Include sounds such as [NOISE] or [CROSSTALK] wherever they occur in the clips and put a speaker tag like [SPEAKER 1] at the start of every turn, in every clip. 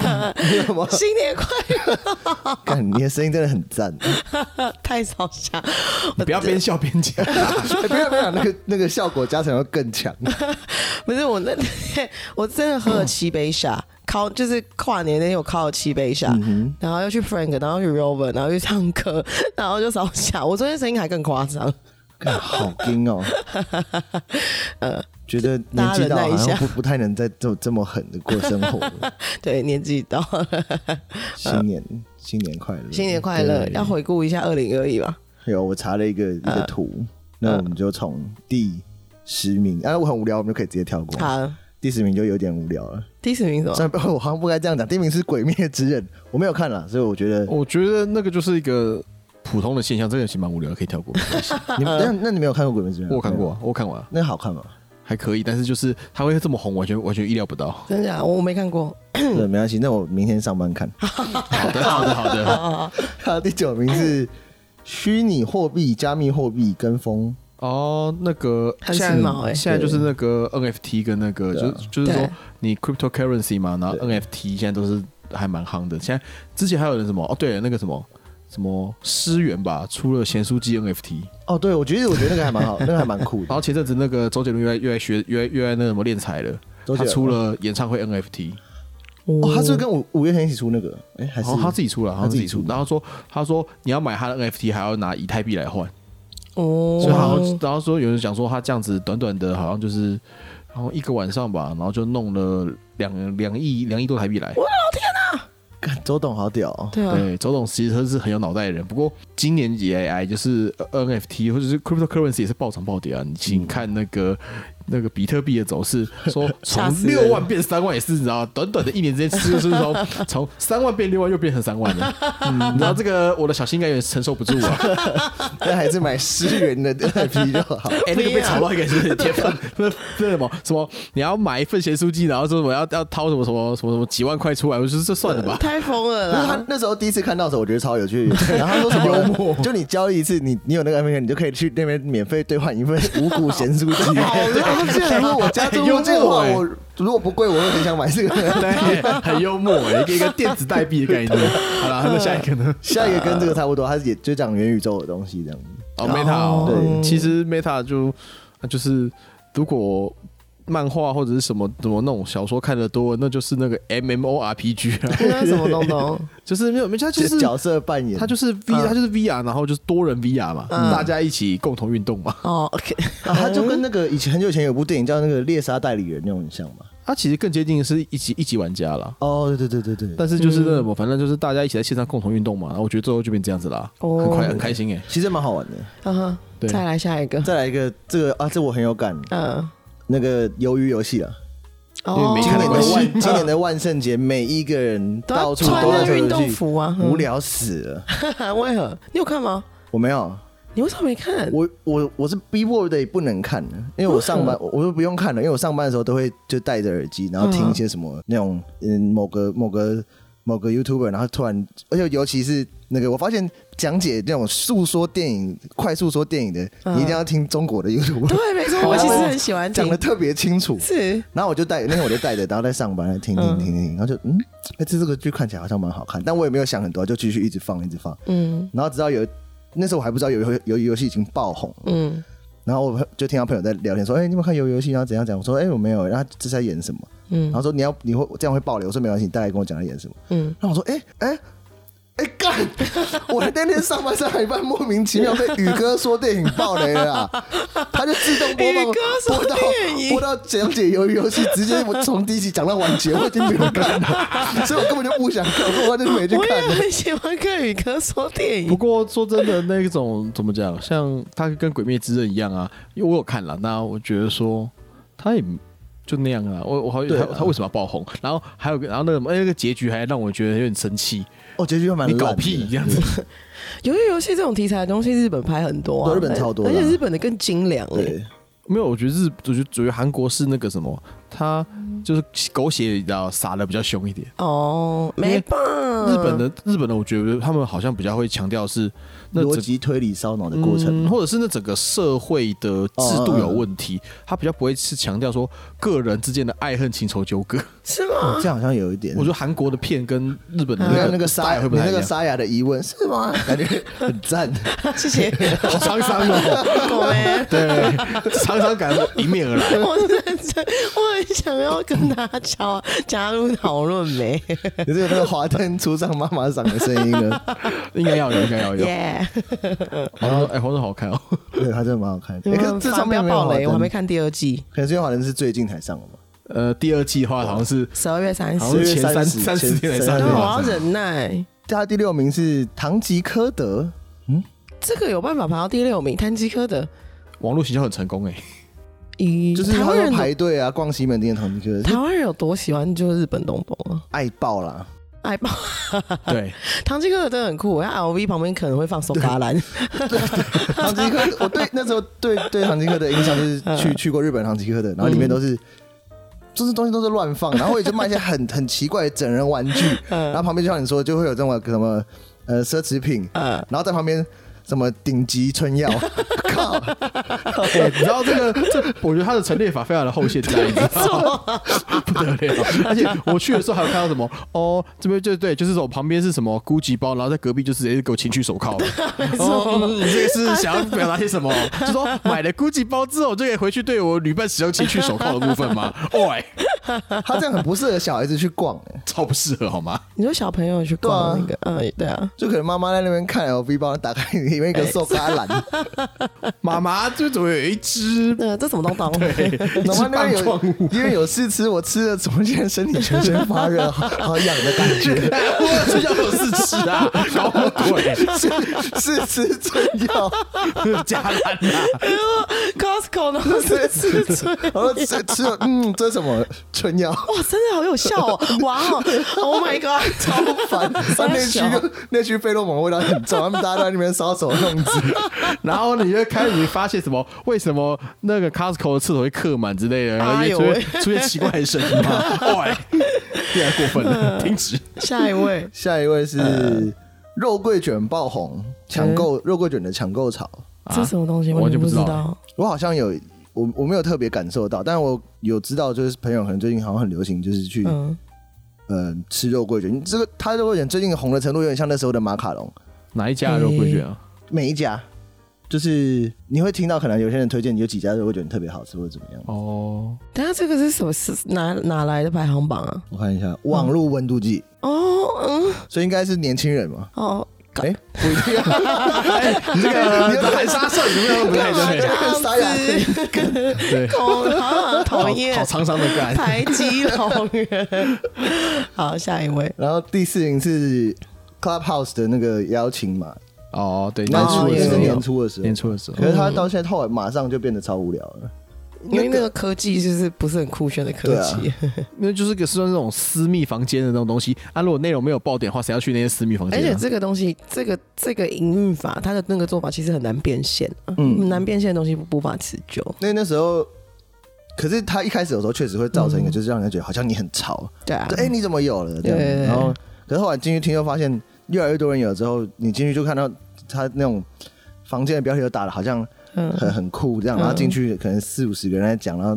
[SPEAKER 1] 乐，新年快乐！
[SPEAKER 2] [LAUGHS] 干，你的声音真的很
[SPEAKER 1] [LAUGHS]
[SPEAKER 2] 赞，
[SPEAKER 1] 太少想，
[SPEAKER 3] 你不要边笑边讲。
[SPEAKER 2] 哎不要不 [LAUGHS] 要，那个那个效果加成要更
[SPEAKER 1] [LAUGHS]
[SPEAKER 2] 强。
[SPEAKER 1] 不是我那天，我真的喝了七杯下，靠就是跨年那天我靠了七杯
[SPEAKER 3] 嗯
[SPEAKER 1] 下，然后又去 Frank，然后去 Rover，然后去唱歌， [LAUGHS] 然后就烧下。我昨天声音还更夸张， [LAUGHS]
[SPEAKER 2] 干好硬哦，
[SPEAKER 1] 呃，
[SPEAKER 2] 觉得年纪
[SPEAKER 1] 大家忍
[SPEAKER 2] 到
[SPEAKER 1] 耐一
[SPEAKER 2] 好
[SPEAKER 1] 下
[SPEAKER 2] 像不不太能再这这么狠的过生活
[SPEAKER 1] [LAUGHS]
[SPEAKER 2] 了。
[SPEAKER 1] 对，年纪到了，
[SPEAKER 2] 新年新年快乐，
[SPEAKER 1] 呃新年快乐！
[SPEAKER 2] 对
[SPEAKER 1] 要回顾一下二零二一吧。
[SPEAKER 2] 有，我查了一
[SPEAKER 1] 呃
[SPEAKER 2] 个一个图，那我们就从第十名，啊，我很无聊，我们就可以直接跳过。
[SPEAKER 1] 好，哦
[SPEAKER 2] 第十名就有点无聊了， [LAUGHS]
[SPEAKER 1] 第十名什
[SPEAKER 2] 虽
[SPEAKER 1] 么？
[SPEAKER 2] 然我好像不该这样讲。第一名是《鬼灭之刃》，我没有看了，所以我
[SPEAKER 1] [LAUGHS]
[SPEAKER 2] 觉得
[SPEAKER 3] [LAUGHS] 我觉得那个就是一个普通的现象，这个其实蛮无聊的，可以跳 [LAUGHS] 过。没关系
[SPEAKER 2] 你们那那你没有看过《鬼灭之刃》？
[SPEAKER 3] 我有看过，啊，我看完啊
[SPEAKER 2] 那
[SPEAKER 1] [LAUGHS]
[SPEAKER 2] 好看吗？
[SPEAKER 3] 还可以，但是就是它会这么红，完全完全意料不到。
[SPEAKER 1] 真假？我我没看过。
[SPEAKER 2] 对，没关系，那我明天上班看。
[SPEAKER 3] 好的，好的，好的。
[SPEAKER 2] 他第九名是虚拟货币、加密货币跟风，
[SPEAKER 3] [LAUGHS] 哦，那个
[SPEAKER 1] 很时髦欸
[SPEAKER 3] 现在就是那个 NFT 跟那个，
[SPEAKER 2] 对啊
[SPEAKER 3] 就是就是说
[SPEAKER 1] 对
[SPEAKER 3] 你 cryptocurrency 嘛，然后
[SPEAKER 2] 对
[SPEAKER 3] NFT 现在都是还蛮夯的。现在之前还有人什么哦，对，那个什么什么思源吧，出了咸酥鸡 NFT，
[SPEAKER 2] 哦，对，我觉得我觉得那个还 [LAUGHS] 蛮好，那个还蛮酷
[SPEAKER 3] 然
[SPEAKER 2] 的。
[SPEAKER 3] 后前阵子那个周杰伦又在又在学又在又在那个什么练财了，
[SPEAKER 2] 周杰
[SPEAKER 3] 他
[SPEAKER 2] 伦
[SPEAKER 3] 出了演唱会 NFT，
[SPEAKER 2] 哦，他是不
[SPEAKER 1] 个
[SPEAKER 2] 是跟五五月天一起出那个，哎，还
[SPEAKER 3] 然
[SPEAKER 2] 是
[SPEAKER 3] 后他自己出了，
[SPEAKER 2] 他
[SPEAKER 3] 哦他
[SPEAKER 2] 自
[SPEAKER 3] 自
[SPEAKER 2] 己
[SPEAKER 3] 己出
[SPEAKER 2] 出，
[SPEAKER 3] 然后说他说你要买他的 NFT 还要拿以太币来换，
[SPEAKER 1] 哦
[SPEAKER 3] 所以好像然后说有人讲说他这样子短短的，好像就是然后一个晚上吧，然后就弄了两两亿两亿多台币来。
[SPEAKER 2] 干周董好屌哦，
[SPEAKER 1] 对啊，
[SPEAKER 3] 对，周董其实他是很有脑袋的人，不过今年也哎就是 NFT 或者是 cryptocurrency 也是暴涨暴跌啊。你请看那个那个比特币的走势，说
[SPEAKER 1] [LAUGHS]
[SPEAKER 3] 从
[SPEAKER 1] 吓死人
[SPEAKER 3] 六万变三万也是，你知道，短短的一年之间，就是
[SPEAKER 1] [LAUGHS]
[SPEAKER 3] 从从三万变六万又变成三万了。嗯，然后这个我的小心应该也承受不住
[SPEAKER 1] [LAUGHS]
[SPEAKER 3] 啊。
[SPEAKER 2] 但还是买十元的 [LAUGHS] NFT 就好。
[SPEAKER 3] 哎、那个被炒到一个是铁粉， [LAUGHS] 不是不是什么什么，你要买一份咸酥鸡，然后说我要要掏什么什么什么什么几万块出来，我就说这算了吧。
[SPEAKER 1] 太疯了
[SPEAKER 2] 就是
[SPEAKER 1] 啦！
[SPEAKER 2] 他那时候第一次看到的时候，我觉得超有 [LAUGHS] 趣。啊然后他说什么幽默，就你交易一次，你你有那个 NFT，你就可以去那边免费兑换 [LAUGHS] 一份五谷咸酥 [LAUGHS] 鸡。
[SPEAKER 1] 浪费
[SPEAKER 2] 对，如果我家住
[SPEAKER 3] 幽默
[SPEAKER 2] 这个话，
[SPEAKER 3] 欸
[SPEAKER 2] 我如果不贵，我会很想买这 [LAUGHS] 个。
[SPEAKER 3] 对，很幽默，一个一个电子代币的概念。好了，那下一个
[SPEAKER 1] [LAUGHS]
[SPEAKER 3] 呢？
[SPEAKER 2] 下一个跟这个差不多，他也就讲元宇宙的东西这样子。
[SPEAKER 1] 呃
[SPEAKER 3] 哦，Meta，哦
[SPEAKER 2] 对
[SPEAKER 3] 其实 Meta 就呃就是如果。呃漫画或者是什么什么那种小说看的多，那就是那个 MMORPG 啊， [LAUGHS]
[SPEAKER 1] 那什么东东？
[SPEAKER 3] 就是没有没有，它就
[SPEAKER 2] 就是角色扮演，
[SPEAKER 3] 它就是
[SPEAKER 1] 嗯
[SPEAKER 3] V，、它就是 VR，然后就是多人 VR 嘛，大家一起共同运动嘛。
[SPEAKER 1] 哦，OK，
[SPEAKER 3] [LAUGHS]
[SPEAKER 2] 啊，他就跟那个以前很久以前有部电影叫那个《猎杀代理人》那种很像嘛。
[SPEAKER 3] 它其实更接近的是一级一级玩家啦。
[SPEAKER 2] 哦，对对对对对，
[SPEAKER 3] 但是就是那什
[SPEAKER 1] 嗯
[SPEAKER 3] 么，反正就是大家一起在线上共同运动嘛，然后我觉得最后就变这样子啦，
[SPEAKER 1] 哦
[SPEAKER 3] 很快很开心哎、
[SPEAKER 2] 其实蛮好玩的。
[SPEAKER 1] 嗯哼，
[SPEAKER 3] 对
[SPEAKER 1] 再来下一个，
[SPEAKER 2] 再来一个，这个啊，这我很有感，
[SPEAKER 1] 嗯，
[SPEAKER 2] 那个鱿鱼游戏啊，
[SPEAKER 1] 哦
[SPEAKER 3] 没
[SPEAKER 2] 今
[SPEAKER 3] 看
[SPEAKER 2] 年
[SPEAKER 3] 过
[SPEAKER 2] 的
[SPEAKER 3] 游戏
[SPEAKER 2] 万今年的万圣节，每一个人
[SPEAKER 1] 都要
[SPEAKER 2] 到处
[SPEAKER 1] 穿
[SPEAKER 2] 都在
[SPEAKER 1] 那
[SPEAKER 2] 做
[SPEAKER 1] 运动
[SPEAKER 2] 游戏
[SPEAKER 1] 服啊嗯
[SPEAKER 2] 无聊死
[SPEAKER 1] [LAUGHS]
[SPEAKER 2] 了。
[SPEAKER 1] 为何？你有看吗？
[SPEAKER 2] 我没有，
[SPEAKER 1] 你为什么没看？
[SPEAKER 2] [LAUGHS] 我我我是逼迫的也不能看的，因为我上班我我就不用看了，因为我上班的时候都会就戴着耳机，然后听一些什么那种嗯某个某个某个 YouTuber，然后突然，而且尤其是那个我发现讲解那种诉说电影、快速说电影的，
[SPEAKER 1] 嗯
[SPEAKER 2] 你一定要听中国的 YouTuber
[SPEAKER 1] 对，没 [LAUGHS] 错，我其实很喜欢
[SPEAKER 2] 讲
[SPEAKER 1] 听
[SPEAKER 2] 的，特别清楚。
[SPEAKER 1] 是
[SPEAKER 2] 然后我就带那天我就带着，然后在上班听听听听，然后就嗯，哎、这这个剧看起来好像蛮好看，但我也没有想很多，就继续一直放一直放，
[SPEAKER 1] 嗯
[SPEAKER 2] 然后直到有那时候我还不知道有游有游戏已经爆红，
[SPEAKER 1] 嗯
[SPEAKER 2] 然后我就听到朋友在聊天说，哎、你有没有看游游戏？然后怎样怎样？我说，哎、我没有。然后他这是在演什么？然
[SPEAKER 1] 嗯
[SPEAKER 2] 后说你要你会这样会爆雷。我说没关系，你大概跟我讲他演什么。
[SPEAKER 1] 嗯，
[SPEAKER 2] 然后我说，哎、哎。哎干！我那天上班上一半，莫名其妙被宇哥说电影爆雷了
[SPEAKER 1] [LAUGHS]
[SPEAKER 2] 啊，他就自动播放
[SPEAKER 1] 宇哥说
[SPEAKER 2] 播到
[SPEAKER 1] 电影
[SPEAKER 2] 播到讲解鱿鱼游戏，直接我从第一集讲到完结，我已经没有看了，所以我根本就不想看，我根本就没去
[SPEAKER 1] 我
[SPEAKER 2] 看
[SPEAKER 1] 也
[SPEAKER 2] 了。
[SPEAKER 1] 很喜欢看宇哥说电
[SPEAKER 3] [LAUGHS] 不
[SPEAKER 1] 影，
[SPEAKER 3] 过说真的，那种怎么讲，像它跟《鬼灭之刃》一样啊，因为我有看了，那我觉得说它也就那样啊，我我好
[SPEAKER 2] 对啊
[SPEAKER 3] 它它为什么要爆红？然后还有个，然后那个那个结局还让我觉得有点生气，
[SPEAKER 2] 哦，结局还蛮
[SPEAKER 3] 你
[SPEAKER 2] 烂的
[SPEAKER 3] 搞屁这样 [LAUGHS] 子，
[SPEAKER 1] 由于游戏这种题材的东西，日本拍很多啊，
[SPEAKER 2] 对日本超多的
[SPEAKER 1] 而且日本的更精良哎，
[SPEAKER 2] 对，
[SPEAKER 3] 没有，我觉得日，我觉得主要韩国是那个什么它就是狗血你知道撒的比较凶一点。
[SPEAKER 1] 哦，
[SPEAKER 3] 因为
[SPEAKER 1] 没办
[SPEAKER 3] 日本的日本的，我觉得他们好像比较会强调是那
[SPEAKER 2] 逻
[SPEAKER 3] 整
[SPEAKER 2] 辑推理烧脑的过程
[SPEAKER 3] 嗯，或者是那整个社会的制度有问题，他比较不会是强调说个人之间的爱恨情仇纠葛。
[SPEAKER 1] 是
[SPEAKER 2] 哦
[SPEAKER 1] 吗？
[SPEAKER 2] 这样好像有一点。
[SPEAKER 3] 我觉得韩国的片跟日本的
[SPEAKER 2] 你看
[SPEAKER 3] 那
[SPEAKER 2] 那个
[SPEAKER 3] 沙
[SPEAKER 2] 沙，
[SPEAKER 3] 会
[SPEAKER 2] 你
[SPEAKER 3] 不太
[SPEAKER 2] 那
[SPEAKER 3] 一
[SPEAKER 2] 个
[SPEAKER 3] 样，
[SPEAKER 2] 沙哑的疑问是吗？感觉很赞，
[SPEAKER 1] 谢
[SPEAKER 2] [LAUGHS]
[SPEAKER 1] 谢，
[SPEAKER 3] 好沧桑哦。
[SPEAKER 1] 狗妹。
[SPEAKER 3] 对，沧桑感迎面而来。
[SPEAKER 1] 我认真，我很想要跟大家加加入讨论没？
[SPEAKER 2] 可是有那个华灯初上妈妈嗓的声音呢。
[SPEAKER 3] 应该要有，应该
[SPEAKER 2] 哎
[SPEAKER 3] 要有。
[SPEAKER 1] 耶！
[SPEAKER 3] 黄忠，哎，黄忠好看哦。
[SPEAKER 2] 对，它真的蛮好看的。
[SPEAKER 1] 你
[SPEAKER 2] 欸、可是
[SPEAKER 1] 们
[SPEAKER 2] 这
[SPEAKER 1] 反
[SPEAKER 2] 上
[SPEAKER 1] 不要
[SPEAKER 2] 面没有
[SPEAKER 1] 暴雷，我还
[SPEAKER 2] 华灯
[SPEAKER 1] 没，看第二季，
[SPEAKER 2] 可能是因为华灯是最近才上的嘛。
[SPEAKER 3] 呃，第二季的话好像是
[SPEAKER 1] 十二月三
[SPEAKER 3] 好像
[SPEAKER 1] 十。
[SPEAKER 3] 是前三
[SPEAKER 2] 12
[SPEAKER 3] 三十天才上
[SPEAKER 1] 对，
[SPEAKER 3] 的
[SPEAKER 1] 我
[SPEAKER 3] 吧
[SPEAKER 1] 要。忍耐。
[SPEAKER 2] 他第六名是唐吉诃德，
[SPEAKER 1] 这个有办法排到第六名，摊基科的。
[SPEAKER 3] 网络行销很成功哎，
[SPEAKER 1] 咦，
[SPEAKER 2] 就是
[SPEAKER 1] 台
[SPEAKER 2] 他
[SPEAKER 1] 湾
[SPEAKER 2] 们
[SPEAKER 1] 人有
[SPEAKER 2] 排队啊，逛西门町的唐吉诃德，
[SPEAKER 1] 台湾人有多喜欢就是日本东东啊？
[SPEAKER 2] 爱爆啦。
[SPEAKER 1] 爱爆
[SPEAKER 3] 对，
[SPEAKER 1] 唐吉诃德真的很酷，他 LV 旁边可能会放手发篮，
[SPEAKER 2] 唐吉诃德，我对那时候对对唐吉诃德的印象就是去去过日本唐吉诃德，然后里面都是。就是东西都是乱放，然后也就卖一些很 [LAUGHS] 很奇怪的整人玩具，然后旁边就像你说，就会有这么什么呃奢侈品，
[SPEAKER 1] 嗯
[SPEAKER 2] 然后在旁边什么顶级春药， [LAUGHS] 靠，
[SPEAKER 3] 哎你知道这个这，我觉得它的陈列法非常的后现代，你知道吗不得了。而且我去的时候还有看到什么哦，这边就对，就是我旁边是什么 GUCCI 包，然后在隔壁就直接给我情趣手铐了。哦，嗯你这个是想要表达些什么？就说买了 GUCCI 包之后，就可以回去对我女伴使用情趣手铐的部分吗？ [LAUGHS] 哦，哎
[SPEAKER 2] 他这样很不适合小孩子去逛、欸
[SPEAKER 3] 超不适合好吗？
[SPEAKER 1] 你说小朋友去逛那个，嗯，对啊，
[SPEAKER 2] 就可能妈妈在那边看 LV 包，打开里面一个瘦嘎篮， [LAUGHS]
[SPEAKER 3] 妈妈，这怎么有一只？
[SPEAKER 1] 那这什么东东？
[SPEAKER 3] [LAUGHS] 啊
[SPEAKER 2] 然后那边
[SPEAKER 3] 棒状
[SPEAKER 2] 有因为有试吃，我吃了怎么现在身体全身发热，好好痒的感觉，
[SPEAKER 3] [LAUGHS] 哎我睡觉都有四吃啊，搞什么 [LAUGHS] 鬼？
[SPEAKER 2] 是是吃春药。
[SPEAKER 3] 加烂啊！
[SPEAKER 1] [LAUGHS] Costco 然后是吃春，
[SPEAKER 2] [LAUGHS] 然后吃吃了，嗯，这是什么春药？
[SPEAKER 1] 哇，真的好有效哦！哇哦，Oh my god，超
[SPEAKER 2] [LAUGHS] 烦，那那区
[SPEAKER 1] 小
[SPEAKER 2] 就那区费洛蒙味道很重，他们大家都在那边搔首弄姿。
[SPEAKER 3] [LAUGHS] 然后你就开始发现什么？为什么那个 Costco 的厕所会客满之类的，然后
[SPEAKER 1] 哎
[SPEAKER 3] 也
[SPEAKER 1] 呦
[SPEAKER 3] 出
[SPEAKER 1] 喂
[SPEAKER 3] 现出现奇怪的声音吗？喂，越来越过分了，停止！
[SPEAKER 1] 下一位，
[SPEAKER 2] [LAUGHS] 下一位是肉桂卷爆红，抢购
[SPEAKER 1] 嗯
[SPEAKER 2] 肉桂卷的抢购潮，
[SPEAKER 1] 这什么东西？
[SPEAKER 3] 啊我
[SPEAKER 1] 完
[SPEAKER 3] 就
[SPEAKER 1] 全
[SPEAKER 3] 不
[SPEAKER 1] 不知
[SPEAKER 3] 知道
[SPEAKER 1] 道。
[SPEAKER 2] 我好像有。我我没有特别感受到，但我有知道，就是朋友可能最近好像很流行，就是去、
[SPEAKER 1] 嗯，
[SPEAKER 2] 呃吃肉桂卷。这个它肉桂卷最近红的程度有点像那时候的马卡龙，
[SPEAKER 3] 哪一家的肉桂卷啊？
[SPEAKER 2] 每一家就是你会听到，可能有些人推荐有几家肉桂卷特别好吃或者怎么样。
[SPEAKER 3] 哦，
[SPEAKER 1] 等下这个是什么？是哪哪来的排行榜啊？
[SPEAKER 2] 我看一下网络温度计，
[SPEAKER 1] 哦，嗯，
[SPEAKER 2] 所以应该是年轻人嘛。
[SPEAKER 1] 哦，搞
[SPEAKER 2] 哎，不一 [LAUGHS] 定啊，
[SPEAKER 3] 你这
[SPEAKER 2] 呃
[SPEAKER 3] 个你的含沙射影味不太
[SPEAKER 1] 干嘛这
[SPEAKER 3] [LAUGHS] 对，
[SPEAKER 1] 样
[SPEAKER 2] 沙哑
[SPEAKER 1] 子？
[SPEAKER 3] 对，
[SPEAKER 1] 恐啊，讨
[SPEAKER 3] 好
[SPEAKER 1] 厌，
[SPEAKER 3] 沧桑的感。
[SPEAKER 1] 排挤老人。好，下一位。
[SPEAKER 2] 然后第四名是 Clubhouse 的那个邀请码，
[SPEAKER 3] 哦，对，
[SPEAKER 2] 年初
[SPEAKER 1] 哦
[SPEAKER 2] 的
[SPEAKER 1] 也
[SPEAKER 2] 时
[SPEAKER 1] 是
[SPEAKER 2] 候，
[SPEAKER 1] 有
[SPEAKER 2] 年初的时候嗯
[SPEAKER 3] 年，初的时候
[SPEAKER 2] 可，是他到现在后来马上就变得超无聊了。
[SPEAKER 1] 因为那个科技就是不是很酷炫的科技，
[SPEAKER 3] 那就是个算那种私密房间的那种东西啊。如果内容没有爆点的话，谁要去那些私密房
[SPEAKER 1] 而且
[SPEAKER 3] 间啊？
[SPEAKER 1] 这个东西，这个这个营运法，它的那个做法其实很难变现，嗯，难变现的东西无法持久，
[SPEAKER 2] 那那时候，可是他一开始有时候确实会造成一
[SPEAKER 3] 嗯
[SPEAKER 2] 个，就是让人觉得好像你很潮，
[SPEAKER 1] 对啊
[SPEAKER 2] 就，哎、你怎么有了？这
[SPEAKER 1] 对对
[SPEAKER 2] 样。
[SPEAKER 1] 对
[SPEAKER 2] 然后，可是后来进去听又发现越来越多人有之后，你进去就看到他那种房间的标题都打的好像
[SPEAKER 1] 嗯，
[SPEAKER 2] 很很酷这样，然后进去可能四五十个人在讲，然后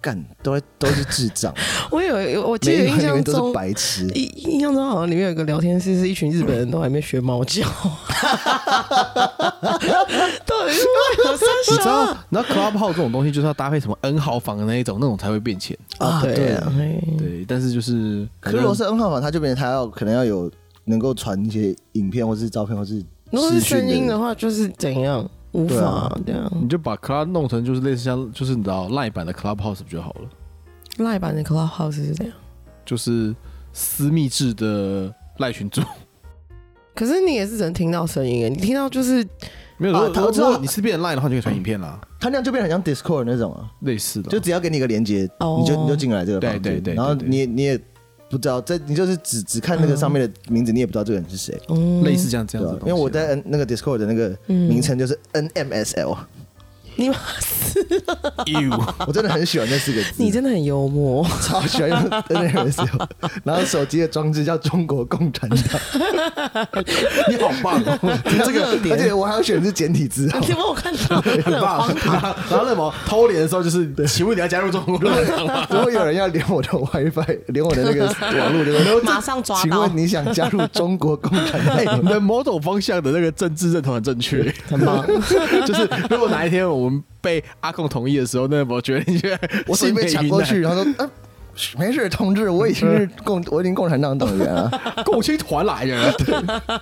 [SPEAKER 2] 干都都是智
[SPEAKER 1] [LAUGHS]
[SPEAKER 2] 障，
[SPEAKER 1] 我有我记
[SPEAKER 2] 每
[SPEAKER 1] 得
[SPEAKER 2] 一
[SPEAKER 1] 印
[SPEAKER 2] 个里
[SPEAKER 1] 象
[SPEAKER 2] 面都
[SPEAKER 1] 中
[SPEAKER 2] 是。白痴。
[SPEAKER 1] 印印象中好像里面有一个聊天室，是一群日本人都还没学猫叫，到底是为了三
[SPEAKER 3] 你知
[SPEAKER 1] 小
[SPEAKER 3] 道，你知道 Clubhouse 这种东西就是要搭配什么 N 号房的那一种，那种才会变钱。
[SPEAKER 2] 啊
[SPEAKER 1] 对
[SPEAKER 2] 对
[SPEAKER 1] 啊
[SPEAKER 2] 啊，
[SPEAKER 1] 嘿
[SPEAKER 3] 对，但是就是
[SPEAKER 2] 可是罗是 N 号房，他就变成他要可能要有能够传一些影片或是照片或是
[SPEAKER 1] 如果是
[SPEAKER 2] 视讯
[SPEAKER 1] 声音的
[SPEAKER 2] 的，
[SPEAKER 1] 话，就是怎样无
[SPEAKER 2] 对
[SPEAKER 1] 法
[SPEAKER 2] 啊
[SPEAKER 1] 这样。
[SPEAKER 3] 你就把 Club 弄成就是类似像就是你知道赖版的 Clubhouse 不就好了？
[SPEAKER 1] 赖版的 Clubhouse 是这样，
[SPEAKER 3] 就是私密制的赖群主，
[SPEAKER 1] 可是你也是只能听到声音诶，你听到就是
[SPEAKER 3] [LAUGHS] 没有。
[SPEAKER 2] 啊
[SPEAKER 3] 如果
[SPEAKER 2] 我知道
[SPEAKER 3] 如果你是变赖的话，你就可以传影片啦，
[SPEAKER 2] 他那样就变得很像 Discord 那种啊，
[SPEAKER 3] 类似的。
[SPEAKER 2] 就只要给你一个连接，
[SPEAKER 1] 哦，
[SPEAKER 2] 你就你就进来这个
[SPEAKER 3] 对
[SPEAKER 2] 房
[SPEAKER 3] 对
[SPEAKER 2] 间
[SPEAKER 3] 对，
[SPEAKER 2] 然后
[SPEAKER 3] 对对
[SPEAKER 2] 你也你也不知道，这你就是只只看那个上面的名字，你也不知道这个人是谁，
[SPEAKER 1] 嗯
[SPEAKER 3] 类似这样这
[SPEAKER 2] 对
[SPEAKER 3] 样
[SPEAKER 2] 吧
[SPEAKER 3] 子的东西啊。
[SPEAKER 2] 因为我在 N- 那个 Discord 的那个
[SPEAKER 1] 嗯 [LAUGHS]
[SPEAKER 2] 名称就是 NMSL，
[SPEAKER 1] 你妈死了！
[SPEAKER 3] you
[SPEAKER 2] [LAUGHS] 我真的很喜欢那四个字，
[SPEAKER 1] 你真的很幽默。
[SPEAKER 2] [LAUGHS] 超喜欢用
[SPEAKER 1] [LAUGHS]
[SPEAKER 2] NSL，然后手机的装置叫中国共产党，
[SPEAKER 3] 你好
[SPEAKER 2] [LAUGHS]
[SPEAKER 3] 棒哦，这个
[SPEAKER 1] 热点
[SPEAKER 2] 而且我还要选的是简体字
[SPEAKER 1] [LAUGHS]
[SPEAKER 2] 哦，
[SPEAKER 1] 你帮我看到，
[SPEAKER 3] 很
[SPEAKER 1] 很
[SPEAKER 3] 棒
[SPEAKER 1] 荒。
[SPEAKER 3] 然后 [LAUGHS] 然后那什么偷脸的时候，就是请问你要加入中国共产党吗？
[SPEAKER 2] 如果有人要连我的 WiFi，连我的那个网络，就说
[SPEAKER 1] 马上抓到
[SPEAKER 2] 请问你想加入中国共产党？
[SPEAKER 3] 哎、你们某种方向的那个政治认同很正确，很棒。 [LAUGHS] 就是如果哪一天我们被阿贡同意的时候，那我觉得你觉得
[SPEAKER 2] 我自己被抢过去，
[SPEAKER 3] 新北
[SPEAKER 2] 然后说，啊，没事，同志，我已经
[SPEAKER 3] 嗯
[SPEAKER 2] 是共，我已经共产党党员啊了，
[SPEAKER 3] 云 [LAUGHS] 南共青团来着。 [LAUGHS]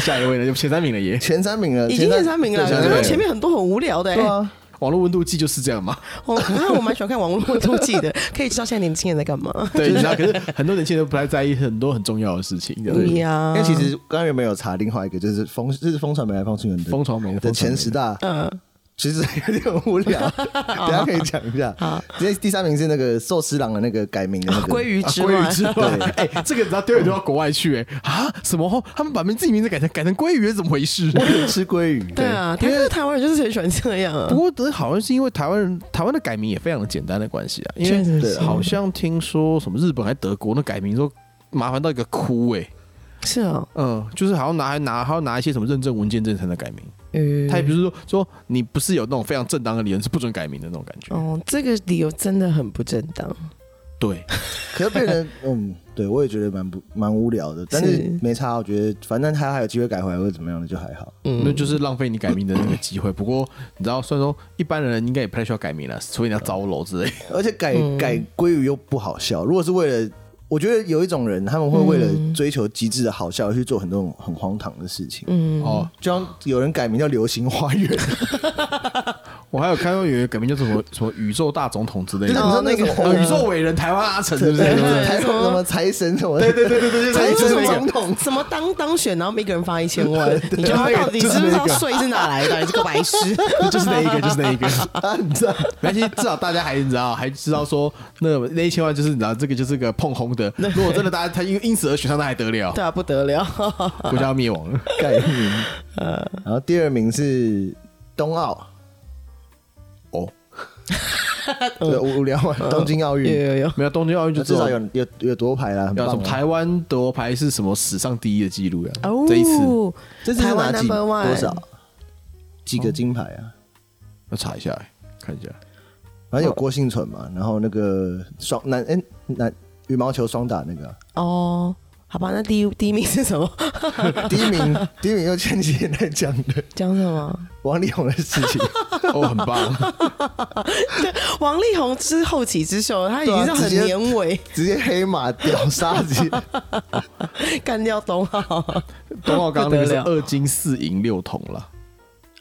[SPEAKER 3] 下一位呢，就前三名了耶。
[SPEAKER 2] 前三名了，
[SPEAKER 1] [LAUGHS] 已经前三名了，
[SPEAKER 2] 对
[SPEAKER 1] 刚
[SPEAKER 3] 对
[SPEAKER 1] 刚
[SPEAKER 3] 对
[SPEAKER 1] 前面很多很无聊的、
[SPEAKER 2] 对
[SPEAKER 1] 欸。
[SPEAKER 2] 啊，
[SPEAKER 3] 网络温度计就是这样 [LAUGHS] 嘛。
[SPEAKER 1] 我那我蛮喜欢看网络周记的，可以知道现在年轻人在干嘛。
[SPEAKER 3] 对，你知道，可是很多年轻人都不太在意很多很重要的事情，这样
[SPEAKER 1] 对
[SPEAKER 3] 子。
[SPEAKER 1] 呀
[SPEAKER 2] 因，为其实刚刚有没有查另外一个，就是风，这是风传媒还是风新闻的
[SPEAKER 3] 风传媒
[SPEAKER 2] 的前十大，
[SPEAKER 1] 嗯，
[SPEAKER 2] [LAUGHS] 其实有点无聊，
[SPEAKER 1] [LAUGHS]
[SPEAKER 2] 等一下可以讲一下。直接第三名是那个寿司郎的那个改名的那
[SPEAKER 1] 啊
[SPEAKER 2] 个
[SPEAKER 1] [LAUGHS] 鲑
[SPEAKER 2] [LAUGHS]
[SPEAKER 1] 鱼
[SPEAKER 3] 啊
[SPEAKER 1] 之
[SPEAKER 3] 鲑
[SPEAKER 1] 乱
[SPEAKER 3] [LAUGHS] 鱼，之乱，哎、这个你知道丢人丢到国外去、哎啊，什么？他们把名自己名字改成改成鲑鱼，怎么回事？
[SPEAKER 2] 我也吃鲑鱼，
[SPEAKER 1] 对啊，台湾台湾人就是很喜欢这样啊
[SPEAKER 3] [LAUGHS] 不。过，得好像是因为台湾人台湾的改名也非常的简单的关系啊，因
[SPEAKER 1] 确实
[SPEAKER 3] 为
[SPEAKER 1] 是
[SPEAKER 3] 好像听说什么日本还德国那改名说麻烦到一个哭哎、
[SPEAKER 1] 是啊，
[SPEAKER 3] 嗯，就是好像拿还拿还要拿一些什么认证文件证才能改名，
[SPEAKER 1] 嗯，
[SPEAKER 3] 他也不是说说你不是有那种非常正当的理由是不准改名的那种感觉，
[SPEAKER 1] 哦，这个理由真的很不正当。
[SPEAKER 3] 对，
[SPEAKER 2] 可是变成嗯，对我也觉得蛮不蛮无聊的，但是
[SPEAKER 1] 是
[SPEAKER 2] 没差，我觉得反正他还有机会改回来或者怎么样的就还好。
[SPEAKER 3] 那就是浪费你改名的那个机会。不过你知道，虽然说一般人应该也不太需要改名了，除非你要招楼之类。
[SPEAKER 2] 而且改
[SPEAKER 1] 嗯
[SPEAKER 2] 改鲑鱼又不好笑，如果是为了。我觉得有一种人，他们会为
[SPEAKER 1] 嗯
[SPEAKER 2] 了追求极致的好笑，而去做很多很荒唐的事情。
[SPEAKER 1] 嗯，
[SPEAKER 3] 哦，
[SPEAKER 2] 就像有人改名叫“流星花园”，
[SPEAKER 3] 我还有看到有人改名叫什么什么宇宙大总统之类
[SPEAKER 2] 就是你知
[SPEAKER 3] 的，
[SPEAKER 2] 道那个
[SPEAKER 3] 哦
[SPEAKER 1] 嗯
[SPEAKER 3] 宇宙伟人台湾阿成是不是？
[SPEAKER 2] 财什么什么财神什么的，对对
[SPEAKER 1] [LAUGHS]
[SPEAKER 2] 对
[SPEAKER 1] 还
[SPEAKER 2] 对对财
[SPEAKER 1] 有
[SPEAKER 2] 神
[SPEAKER 1] 什么
[SPEAKER 2] 总统，
[SPEAKER 1] 什么当当选，然后每个人发一千 [LAUGHS] 万，你觉得他
[SPEAKER 3] 那个
[SPEAKER 1] 到底
[SPEAKER 3] 就是
[SPEAKER 1] 是不是
[SPEAKER 3] 那
[SPEAKER 1] 他
[SPEAKER 3] 个
[SPEAKER 1] 税是哪来的？你这个白痴！
[SPEAKER 3] [LAUGHS] 就是那一个，就是那一个。 [LAUGHS]
[SPEAKER 2] 啊，你
[SPEAKER 1] [LAUGHS]
[SPEAKER 2] 知道？
[SPEAKER 3] 没关系，至少大家还你知道，还知道说那那一千万就是你知道这个就是个碰轰的。如果真的大家他因因此而选上，那还得了？
[SPEAKER 1] 对啊，不得了，
[SPEAKER 3] 国家要灭亡了。
[SPEAKER 2] 概念。然后第二名是冬奥，
[SPEAKER 3] 哦，
[SPEAKER 1] 嗯
[SPEAKER 2] 对，无无聊嘛，东京奥
[SPEAKER 1] 有
[SPEAKER 2] 运，
[SPEAKER 1] 有有，
[SPEAKER 3] 没有东京奥运就
[SPEAKER 2] 至少
[SPEAKER 3] 有
[SPEAKER 2] 有有有夺牌啦，很
[SPEAKER 3] 有什
[SPEAKER 2] 棒
[SPEAKER 3] 么
[SPEAKER 2] 啊。
[SPEAKER 3] 台湾夺牌是什么史上第一的记录呀？
[SPEAKER 1] 哦，
[SPEAKER 3] 这一次
[SPEAKER 2] 这次
[SPEAKER 1] 台
[SPEAKER 2] 是
[SPEAKER 1] 湾
[SPEAKER 2] 拿几
[SPEAKER 1] number one
[SPEAKER 2] 多少？几个金牌啊？
[SPEAKER 3] 要查一下，看一下。
[SPEAKER 2] 反正有郭幸存嘛，然后那个双男哎男羽毛球双打那个啊
[SPEAKER 1] 哦，好吧，那第一第一名是什么？
[SPEAKER 2] 啊 [LAUGHS] 第一名，第一名又前几天在讲的 [LAUGHS]
[SPEAKER 1] 讲什么？
[SPEAKER 2] 王力宏的事情，
[SPEAKER 3] 哦，很
[SPEAKER 2] [LAUGHS]
[SPEAKER 3] 棒，
[SPEAKER 1] [LAUGHS] 王力宏是后起之秀，他已经是
[SPEAKER 2] 对啊直
[SPEAKER 1] 很
[SPEAKER 2] 接
[SPEAKER 1] 年尾
[SPEAKER 2] 直接黑马屌杀直接。
[SPEAKER 1] 干掉冬奥。
[SPEAKER 3] 冬奥刚刚那个
[SPEAKER 1] 不
[SPEAKER 3] 是
[SPEAKER 1] 得了
[SPEAKER 3] 二金四银六铜了，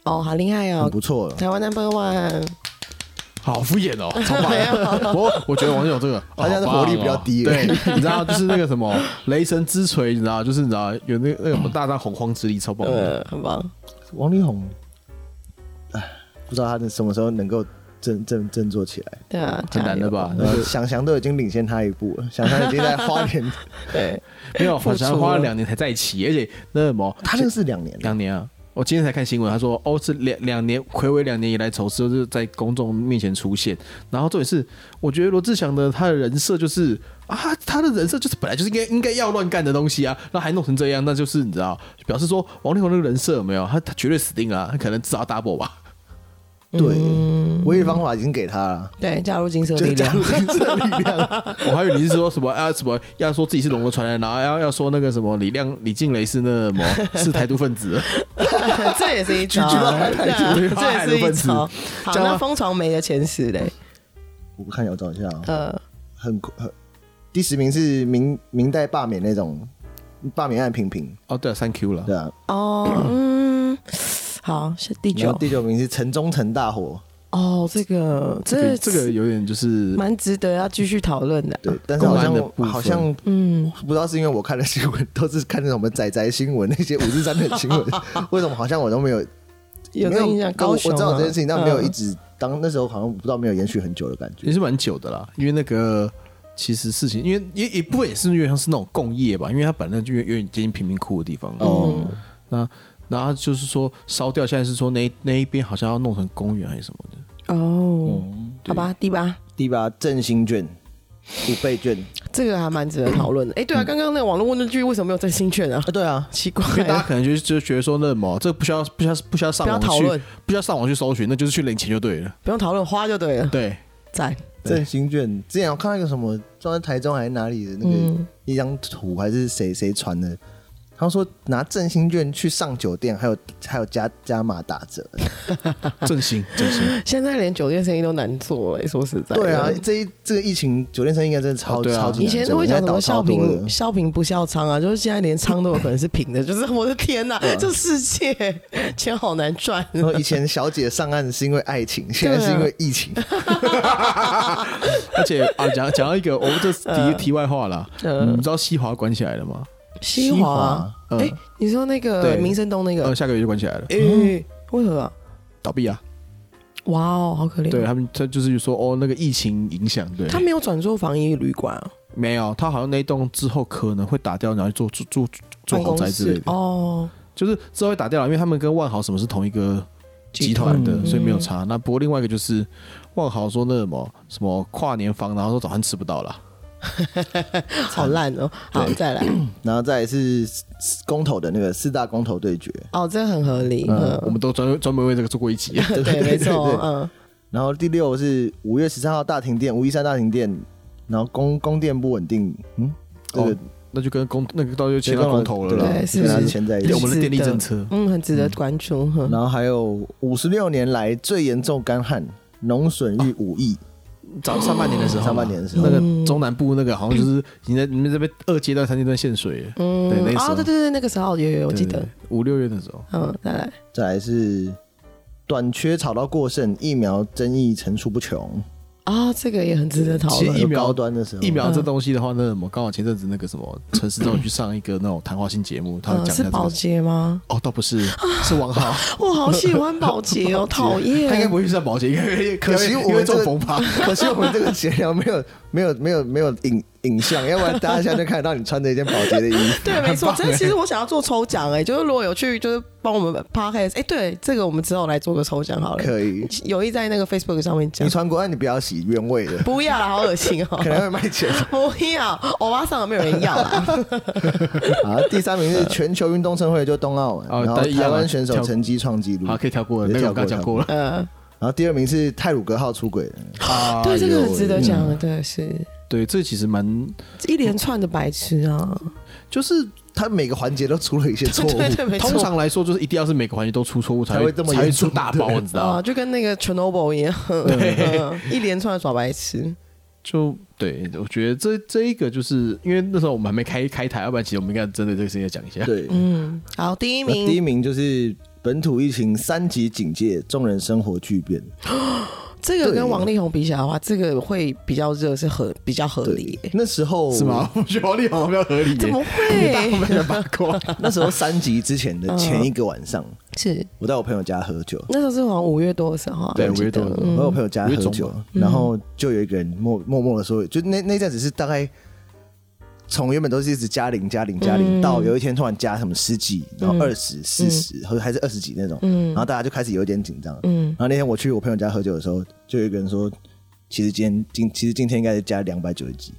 [SPEAKER 1] 哦，好厉害
[SPEAKER 2] 很
[SPEAKER 1] 哦，
[SPEAKER 2] 不错啊了。
[SPEAKER 1] 台湾 number one，
[SPEAKER 3] 好敷衍哦，超棒的。不过我觉得王力宏这个
[SPEAKER 2] [LAUGHS] 他现在的
[SPEAKER 3] 好棒哦
[SPEAKER 2] 活力比较低
[SPEAKER 3] 对，你知道就是那个什么雷神之锤，你知道就是你知道有那个那个什么大战洪荒之力，超棒的。
[SPEAKER 1] [LAUGHS] 呃，很棒。
[SPEAKER 2] 王力宏，唉，不知道他什么时候能够振振振作起来。
[SPEAKER 1] 对啊，
[SPEAKER 3] 很难的
[SPEAKER 1] 加油？
[SPEAKER 3] 吧？
[SPEAKER 2] 呃，想想都已经领先他一步了，想想已经在花莲，
[SPEAKER 1] 对，
[SPEAKER 3] 没有，
[SPEAKER 1] 付
[SPEAKER 3] 反
[SPEAKER 1] 出
[SPEAKER 3] 正花了两年才在一起，而且那什么，
[SPEAKER 2] 他那个是两年了，
[SPEAKER 3] 两年啊，我今天才看新闻，他说哦是两两年，暌违两年以来首次就是在公众面前出现。然后重点是，我觉得罗志祥的他的人设就是啊，他的人设就是本来就是应该应该要乱干的东西啊，然后还弄成这样，那就是你知道，表示说王力宏那个人设有没有？他他绝对死定了啊、他可能至少要 double 吧。 [LAUGHS]
[SPEAKER 2] 对，唯一方法已经给他了，
[SPEAKER 1] 对，加入金色
[SPEAKER 2] 就
[SPEAKER 1] 力
[SPEAKER 2] [LAUGHS] 是加
[SPEAKER 1] 量
[SPEAKER 2] 入。金色力量。 [LAUGHS]
[SPEAKER 3] 我还以为你是说什么啊什么要说自己是龙的传人，然后要要说那个什么李亮李静蕾是那什么是台独分子。 [LAUGHS]
[SPEAKER 1] [LAUGHS] 这也是
[SPEAKER 2] [LAUGHS]
[SPEAKER 1] 一招，
[SPEAKER 3] 举举报海
[SPEAKER 1] 对啊
[SPEAKER 3] 举报
[SPEAKER 1] 这也
[SPEAKER 3] 海陆
[SPEAKER 1] 是
[SPEAKER 3] 分
[SPEAKER 1] 一
[SPEAKER 3] 子
[SPEAKER 1] 招。好，
[SPEAKER 3] 这样吗
[SPEAKER 1] 那蜂巢没的前十嘞，
[SPEAKER 2] 我看一下，我找一下啊，
[SPEAKER 1] 呃，
[SPEAKER 2] 很很第十名是明明代罢免那种罢免案频频，
[SPEAKER 3] 哦，对、啊，三 Q 了
[SPEAKER 2] 对。啊，
[SPEAKER 1] 哦，嗯，好，是第
[SPEAKER 2] 然
[SPEAKER 1] 九
[SPEAKER 2] 后，第九名是城中城大火，
[SPEAKER 1] 哦，这个这
[SPEAKER 3] 对这个有点就是
[SPEAKER 1] 蛮值得要继续讨论的，
[SPEAKER 2] 对，但是好
[SPEAKER 3] 啊公安的部
[SPEAKER 2] 像
[SPEAKER 3] 分
[SPEAKER 2] 好像
[SPEAKER 1] 嗯，
[SPEAKER 2] 不知道是因为我看的新闻都是看那种什么仔仔新闻那些五四三的新
[SPEAKER 1] [LAUGHS]
[SPEAKER 2] 闻，为什么好像我都没有
[SPEAKER 1] 有
[SPEAKER 2] 没
[SPEAKER 1] 这
[SPEAKER 2] 有
[SPEAKER 1] 个印象，高雄
[SPEAKER 2] 我
[SPEAKER 1] 啊
[SPEAKER 2] 知道这件事情，但没有一
[SPEAKER 1] 嗯
[SPEAKER 2] 直当那时候好像不知道没有延续很久的感
[SPEAKER 3] 也
[SPEAKER 2] 觉。
[SPEAKER 3] 是蛮久的啦，因为那个其实事情，因为也一部分也是因为像是那种共业吧，因为它本来就有有点接近贫民窟的地方。
[SPEAKER 2] 哦，
[SPEAKER 3] 那然后就是说烧掉，现在是说那一那一边好像要弄成公园还是什么的。
[SPEAKER 1] 哦，
[SPEAKER 2] 嗯
[SPEAKER 1] 好吧，第八，
[SPEAKER 2] 第八振兴券、五倍券啊，
[SPEAKER 1] 这个还蛮值得讨论的。哎、对啊，刚刚那个网络问卷为什么没有真心券啊？
[SPEAKER 2] 对嗯啊，
[SPEAKER 1] 奇怪、
[SPEAKER 3] 因为大家
[SPEAKER 1] 啊，
[SPEAKER 3] 可能就就觉得说那么这不需要不需要不需要上网
[SPEAKER 1] 不要讨
[SPEAKER 3] 去
[SPEAKER 1] 论
[SPEAKER 3] 不需要上网去搜寻，那就是去领钱就对了。
[SPEAKER 1] 不用讨论，花就对了。
[SPEAKER 3] [LAUGHS] 对，
[SPEAKER 1] 赞，
[SPEAKER 3] 对
[SPEAKER 2] 振兴券。之前我看到一个什么，装在台中还是哪里的那个
[SPEAKER 1] 嗯
[SPEAKER 2] 一张图，还是谁谁传的？他说拿振兴券去上酒店，还有还有加加码打折。
[SPEAKER 3] [LAUGHS] 振兴振兴。
[SPEAKER 1] 现在连酒店生意都难做了、说实在的，
[SPEAKER 2] 对啊，这一这个疫情酒店生意应该真的超、
[SPEAKER 3] 哦对啊
[SPEAKER 2] 超级
[SPEAKER 1] 以
[SPEAKER 2] 难做
[SPEAKER 1] 前都会讲什么笑
[SPEAKER 2] 应该倒超多
[SPEAKER 1] 贫
[SPEAKER 2] 的
[SPEAKER 1] 笑贫不笑娼啊，就是现在连娼都有可能是平
[SPEAKER 3] [LAUGHS]
[SPEAKER 1] 的，就是我的天呐、这世界 [LAUGHS] 钱好难赚。
[SPEAKER 3] 嗯
[SPEAKER 2] 然后以前小姐上岸是因为爱情，现
[SPEAKER 1] 啊
[SPEAKER 2] 在是因为疫情。
[SPEAKER 3] 而且啊，讲讲到一个，我们这题题外话啦，
[SPEAKER 1] 呃
[SPEAKER 3] 你们知道西华关起来了吗？
[SPEAKER 1] 西华，哎、
[SPEAKER 3] 嗯
[SPEAKER 1] 你说那个
[SPEAKER 3] 对
[SPEAKER 1] 民生东那个
[SPEAKER 3] 呃，，下个月就关起来了，
[SPEAKER 1] 哎、为何啊？
[SPEAKER 3] 倒闭啊！
[SPEAKER 1] 哇哦，好可怜。
[SPEAKER 3] 对他们，他就是说哦，那个疫情影响，对，
[SPEAKER 1] 他没有转做防疫旅馆啊，
[SPEAKER 3] 没有，他好像那一栋之后可能会打掉，然后做住住做
[SPEAKER 1] 办
[SPEAKER 3] 豪
[SPEAKER 1] 公
[SPEAKER 3] 宅
[SPEAKER 1] 室
[SPEAKER 3] 之类的，
[SPEAKER 1] 哦。
[SPEAKER 3] 就是之后会打掉了，因为他们跟万豪什么是同一个集团的，
[SPEAKER 2] 嗯
[SPEAKER 3] 所以没有差。那不过另外一个就是万豪说那什么什么跨年房，然后说早餐吃不到了，
[SPEAKER 1] 好烂哦、好，再来。
[SPEAKER 2] 然后再来是公投的那个四大公投对决，
[SPEAKER 1] 哦，这很合理。
[SPEAKER 3] 我
[SPEAKER 1] 嗯，
[SPEAKER 3] 们都专专门为这个做过一集。
[SPEAKER 1] [LAUGHS] 对，没错
[SPEAKER 2] 对。
[SPEAKER 1] 嗯，
[SPEAKER 2] 然后第六是五月十三号大停电，五一三大停电，然后供供电不稳定，嗯，这个
[SPEAKER 3] 哦那就跟公那个到就签到
[SPEAKER 2] 跟
[SPEAKER 3] 公投了啦
[SPEAKER 1] 对，
[SPEAKER 2] 跟
[SPEAKER 1] 是
[SPEAKER 2] 它
[SPEAKER 1] 是
[SPEAKER 2] 牵在一
[SPEAKER 3] 对我
[SPEAKER 2] 起。
[SPEAKER 3] 们的电力政策
[SPEAKER 1] 嗯，很值得关注。
[SPEAKER 3] 嗯
[SPEAKER 1] 哼
[SPEAKER 2] 然后还有五十六年来最严重干旱，农损逾五亿，
[SPEAKER 3] 早上半年的时候嘛，
[SPEAKER 2] 上半年的时候
[SPEAKER 3] 那个中南部那个好像就是你在你们这边二阶段、三阶段限水了，
[SPEAKER 1] 嗯
[SPEAKER 3] 对那时候
[SPEAKER 1] 哦，对对对，那个时候有有有，我记
[SPEAKER 3] 对
[SPEAKER 1] 得
[SPEAKER 3] 对。对五六月的时候，
[SPEAKER 1] 嗯，再来。
[SPEAKER 2] 再来是短缺炒到过剩，疫苗争议层出不穷，
[SPEAKER 1] 啊，这个也很值得讨
[SPEAKER 3] 其实疫
[SPEAKER 1] 论。
[SPEAKER 2] 有
[SPEAKER 3] 苗
[SPEAKER 2] 高端的
[SPEAKER 1] 嗯
[SPEAKER 2] 时候，
[SPEAKER 3] 疫苗这东西的话，那什么刚好前阵子那个
[SPEAKER 1] [LAUGHS]
[SPEAKER 3] 什么陈思正去上一个那种谈话性节目，他有
[SPEAKER 1] 嗯，
[SPEAKER 3] 讲一
[SPEAKER 1] 是
[SPEAKER 3] 下这
[SPEAKER 1] 保
[SPEAKER 3] 个。
[SPEAKER 1] 洁
[SPEAKER 3] [LAUGHS]
[SPEAKER 1] 吗？
[SPEAKER 3] 哦，倒
[SPEAKER 1] [LAUGHS]
[SPEAKER 3] 不是，是王浩，
[SPEAKER 1] 我好喜欢保洁
[SPEAKER 3] [LAUGHS]
[SPEAKER 1] 哦，讨
[SPEAKER 3] 他应该
[SPEAKER 1] 厌
[SPEAKER 3] 不。会去上保洁，应该
[SPEAKER 2] 可惜我
[SPEAKER 3] 因为
[SPEAKER 2] 们这
[SPEAKER 3] 中
[SPEAKER 2] 个
[SPEAKER 3] 风
[SPEAKER 2] [LAUGHS]
[SPEAKER 3] 吧。
[SPEAKER 2] [LAUGHS] 可惜我们这个闲聊没有 [LAUGHS] 没有没有没有影影像，要不然大家现在就看得到你穿着一件保洁的衣服。
[SPEAKER 1] 对，没错，
[SPEAKER 3] 很棒欸
[SPEAKER 1] 这其实我想要做抽奖哎、就是如果有去，就是帮我们 podcast 哎、对，这个我们之后来做个抽奖好了。
[SPEAKER 2] 可
[SPEAKER 3] [LAUGHS]
[SPEAKER 2] 以，
[SPEAKER 1] 有意在那个 Facebook 上面讲
[SPEAKER 2] 你，穿过，但你不要洗原味的，
[SPEAKER 1] 不要啦，好恶心哦、
[SPEAKER 2] 可能会卖
[SPEAKER 3] [LAUGHS]
[SPEAKER 2] 钱。
[SPEAKER 1] 不要，欧巴上有没有人要啊啦？
[SPEAKER 3] 哎
[SPEAKER 2] 好，第三名是全球运动盛会，就冬奥嘛，
[SPEAKER 3] 哦
[SPEAKER 2] 然后
[SPEAKER 3] 但一样啊
[SPEAKER 2] 台湾选手
[SPEAKER 3] 跳
[SPEAKER 2] 成绩创纪录。
[SPEAKER 3] 好，可以跳过了，
[SPEAKER 2] 可以跳
[SPEAKER 3] 那个我刚
[SPEAKER 2] 过
[SPEAKER 3] 讲过了。
[SPEAKER 1] 呃，
[SPEAKER 2] 然后第二名是泰鲁格号出轨了，
[SPEAKER 3] 啊
[SPEAKER 1] 对，这个很值得。
[SPEAKER 3] 有
[SPEAKER 1] 讲的，对，是
[SPEAKER 3] 对，这其实蛮，
[SPEAKER 1] 一连串的白痴啊，
[SPEAKER 2] 就是他每个环节都出了一些错误。
[SPEAKER 1] [LAUGHS] 对对，没
[SPEAKER 3] 通
[SPEAKER 1] 错。
[SPEAKER 3] 常来说就是一定要是每个环节都出错误才
[SPEAKER 2] 才
[SPEAKER 3] 会
[SPEAKER 2] 会这么
[SPEAKER 3] 才会
[SPEAKER 2] 严
[SPEAKER 3] 出
[SPEAKER 2] 重
[SPEAKER 3] 大包，
[SPEAKER 2] 对
[SPEAKER 3] 你知道
[SPEAKER 1] 啊，
[SPEAKER 3] 吗？
[SPEAKER 1] 就跟那个 Chernobyl 一样， [LAUGHS] 嗯一连串的耍白痴。
[SPEAKER 3] 就对，我觉得这这一个就是因为那时候我们还没开开台，要不然其实我们应该针对这个事情讲一下。
[SPEAKER 2] 对，
[SPEAKER 1] 嗯，好，第一
[SPEAKER 2] 那第一
[SPEAKER 1] 名，
[SPEAKER 2] 名就是本土疫情三级警戒，众人生活巨变。
[SPEAKER 1] 这个
[SPEAKER 2] 对
[SPEAKER 1] 跟王力宏比起来的话，这个会比较热，是合比较合理
[SPEAKER 2] 对。，那时候
[SPEAKER 3] 是吗？？ [LAUGHS] 我觉得王力宏比较合理耶，
[SPEAKER 1] 怎么
[SPEAKER 3] 我
[SPEAKER 1] 会？
[SPEAKER 3] 们的八卦？
[SPEAKER 2] 那时候三级之前的前一个晚上，
[SPEAKER 1] [LAUGHS] 是
[SPEAKER 2] 我在我朋友家喝酒，
[SPEAKER 1] 那时候是好像五月多的时候啊，
[SPEAKER 3] 对
[SPEAKER 1] 我记得
[SPEAKER 3] 五月
[SPEAKER 2] 我
[SPEAKER 3] 多
[SPEAKER 2] 在我
[SPEAKER 1] 嗯
[SPEAKER 2] 朋友家喝
[SPEAKER 3] 有一种
[SPEAKER 2] 酒，然后就有一个人默默默的说，就那那阵子是大概从原本都是一直加零加零加零，
[SPEAKER 1] 嗯
[SPEAKER 2] 到有一天突然加什么十几，然后二十、四十，或者还是二十几那种，然后大家就开始有点紧张。
[SPEAKER 1] 嗯
[SPEAKER 2] 然后那天我去我朋友家喝酒的时候，就有一个人说，其实今天今其实今天应该是加两百九十几，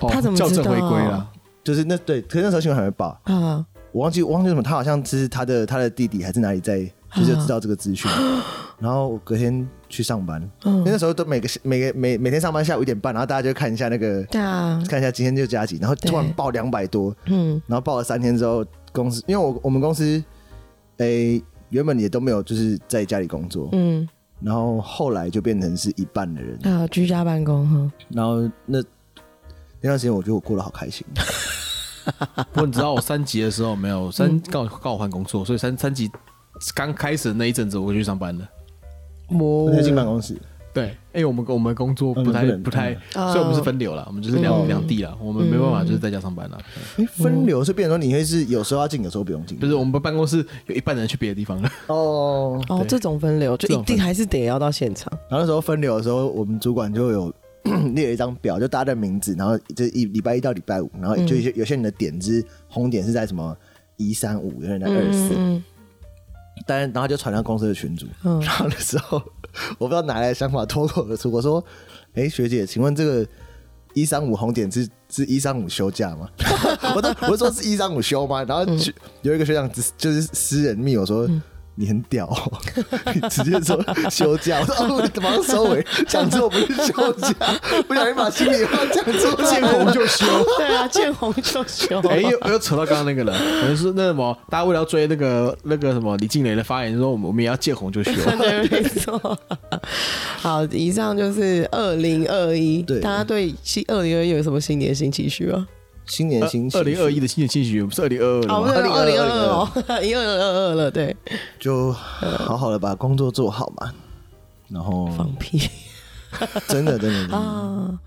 [SPEAKER 3] 哦
[SPEAKER 1] 他怎么
[SPEAKER 3] 校
[SPEAKER 1] 知
[SPEAKER 3] 正
[SPEAKER 1] 道
[SPEAKER 3] 回归了？
[SPEAKER 2] 就是那对，可是那时候新闻还没报，
[SPEAKER 1] 啊，
[SPEAKER 2] 我忘记我忘记什么，他好像是他的他的弟弟还是哪里在，就是知道这个资讯，
[SPEAKER 1] 啊
[SPEAKER 2] 然后我隔天去上班，
[SPEAKER 1] 嗯
[SPEAKER 2] 因为那时候都每个每个每每天上班下午一点半，然后大家就看一下那个
[SPEAKER 1] 对啊，
[SPEAKER 2] 看一下今天就加几，然后突然
[SPEAKER 1] 对
[SPEAKER 2] 报两百多，
[SPEAKER 1] 嗯
[SPEAKER 2] 然后报了三天之后，公司因为我我们公司诶、原本也都没有就是在家里工作，
[SPEAKER 1] 嗯
[SPEAKER 2] 然后后来就变成是一半的人，
[SPEAKER 1] 啊，居家办公哈，
[SPEAKER 2] 然后那那段时间我觉得我过得好开心，
[SPEAKER 3] 不过你知道我三级的时候没有三刚好刚好换工作，所以三三级刚开始那一阵子我就去上班了。
[SPEAKER 2] 我
[SPEAKER 1] 我
[SPEAKER 2] 就进办公室，
[SPEAKER 3] 对，因为我们我们工作不
[SPEAKER 2] 嗯不
[SPEAKER 3] 太
[SPEAKER 2] 能
[SPEAKER 3] 不太，
[SPEAKER 1] 嗯
[SPEAKER 3] 所以我们是分流了，我们就是两两地了，我们没办法就是在家上班了。
[SPEAKER 2] 诶分流是变成说你会是有时候要进，有时候不用进，
[SPEAKER 3] 不是我们办公室有一半人去别的地 [LAUGHS] 方了，
[SPEAKER 2] 哦。
[SPEAKER 1] 哦，这种分流
[SPEAKER 3] 这
[SPEAKER 1] 就
[SPEAKER 3] 种
[SPEAKER 1] 一
[SPEAKER 3] 分
[SPEAKER 1] 定还是得要到现场。
[SPEAKER 2] 然后那时候分流的时候，我们主管就有 [COUGHS] 列了一张表，就大家的名字，然后这一礼拜一到礼拜五，然后就有些、有些人的点是红点是在什么一三五，有些人在二四、
[SPEAKER 1] 嗯
[SPEAKER 2] 但然后就传到公司的群组，
[SPEAKER 1] 嗯
[SPEAKER 2] 然后那时候 [LAUGHS] 我不知道哪来的想法脱口而出，我说：“哎、学姐，请问这个一三五红点是是一三五休假吗？” [LAUGHS] 我都我就说是一三五休吗？然后去、有一个学长只就是私人密我说。
[SPEAKER 3] 嗯
[SPEAKER 2] 你很屌、哦， [LAUGHS] 你直接说休假，我说哦，马上收
[SPEAKER 3] [LAUGHS]
[SPEAKER 2] 尾，讲错不是休假， [LAUGHS] 不小心把心里话讲出去，
[SPEAKER 3] 见红就休。
[SPEAKER 1] 对啊，见红就休。
[SPEAKER 3] 哎、又又扯到刚刚那个了，可能是那什么，大家为了要追那个那个什么李静蕾的发言，说我们我们也要见红就休。
[SPEAKER 1] [LAUGHS] 对，没错。 [LAUGHS] 好，以上就是二零二一。
[SPEAKER 2] 对
[SPEAKER 1] 大家对新二零二一有什么新年新期许吗？
[SPEAKER 2] 新年新
[SPEAKER 3] [LAUGHS] 呃二零二一的新年新许不是二零二
[SPEAKER 1] 哦，
[SPEAKER 3] 二
[SPEAKER 1] 不
[SPEAKER 3] 吗？
[SPEAKER 1] 是二零
[SPEAKER 2] 2022
[SPEAKER 1] 二二哦，一二二二了，对，
[SPEAKER 2] 就好好的把
[SPEAKER 3] [LAUGHS]
[SPEAKER 2] 工作做好嘛，然后
[SPEAKER 1] 放屁
[SPEAKER 2] 真的真的真的
[SPEAKER 1] 啊！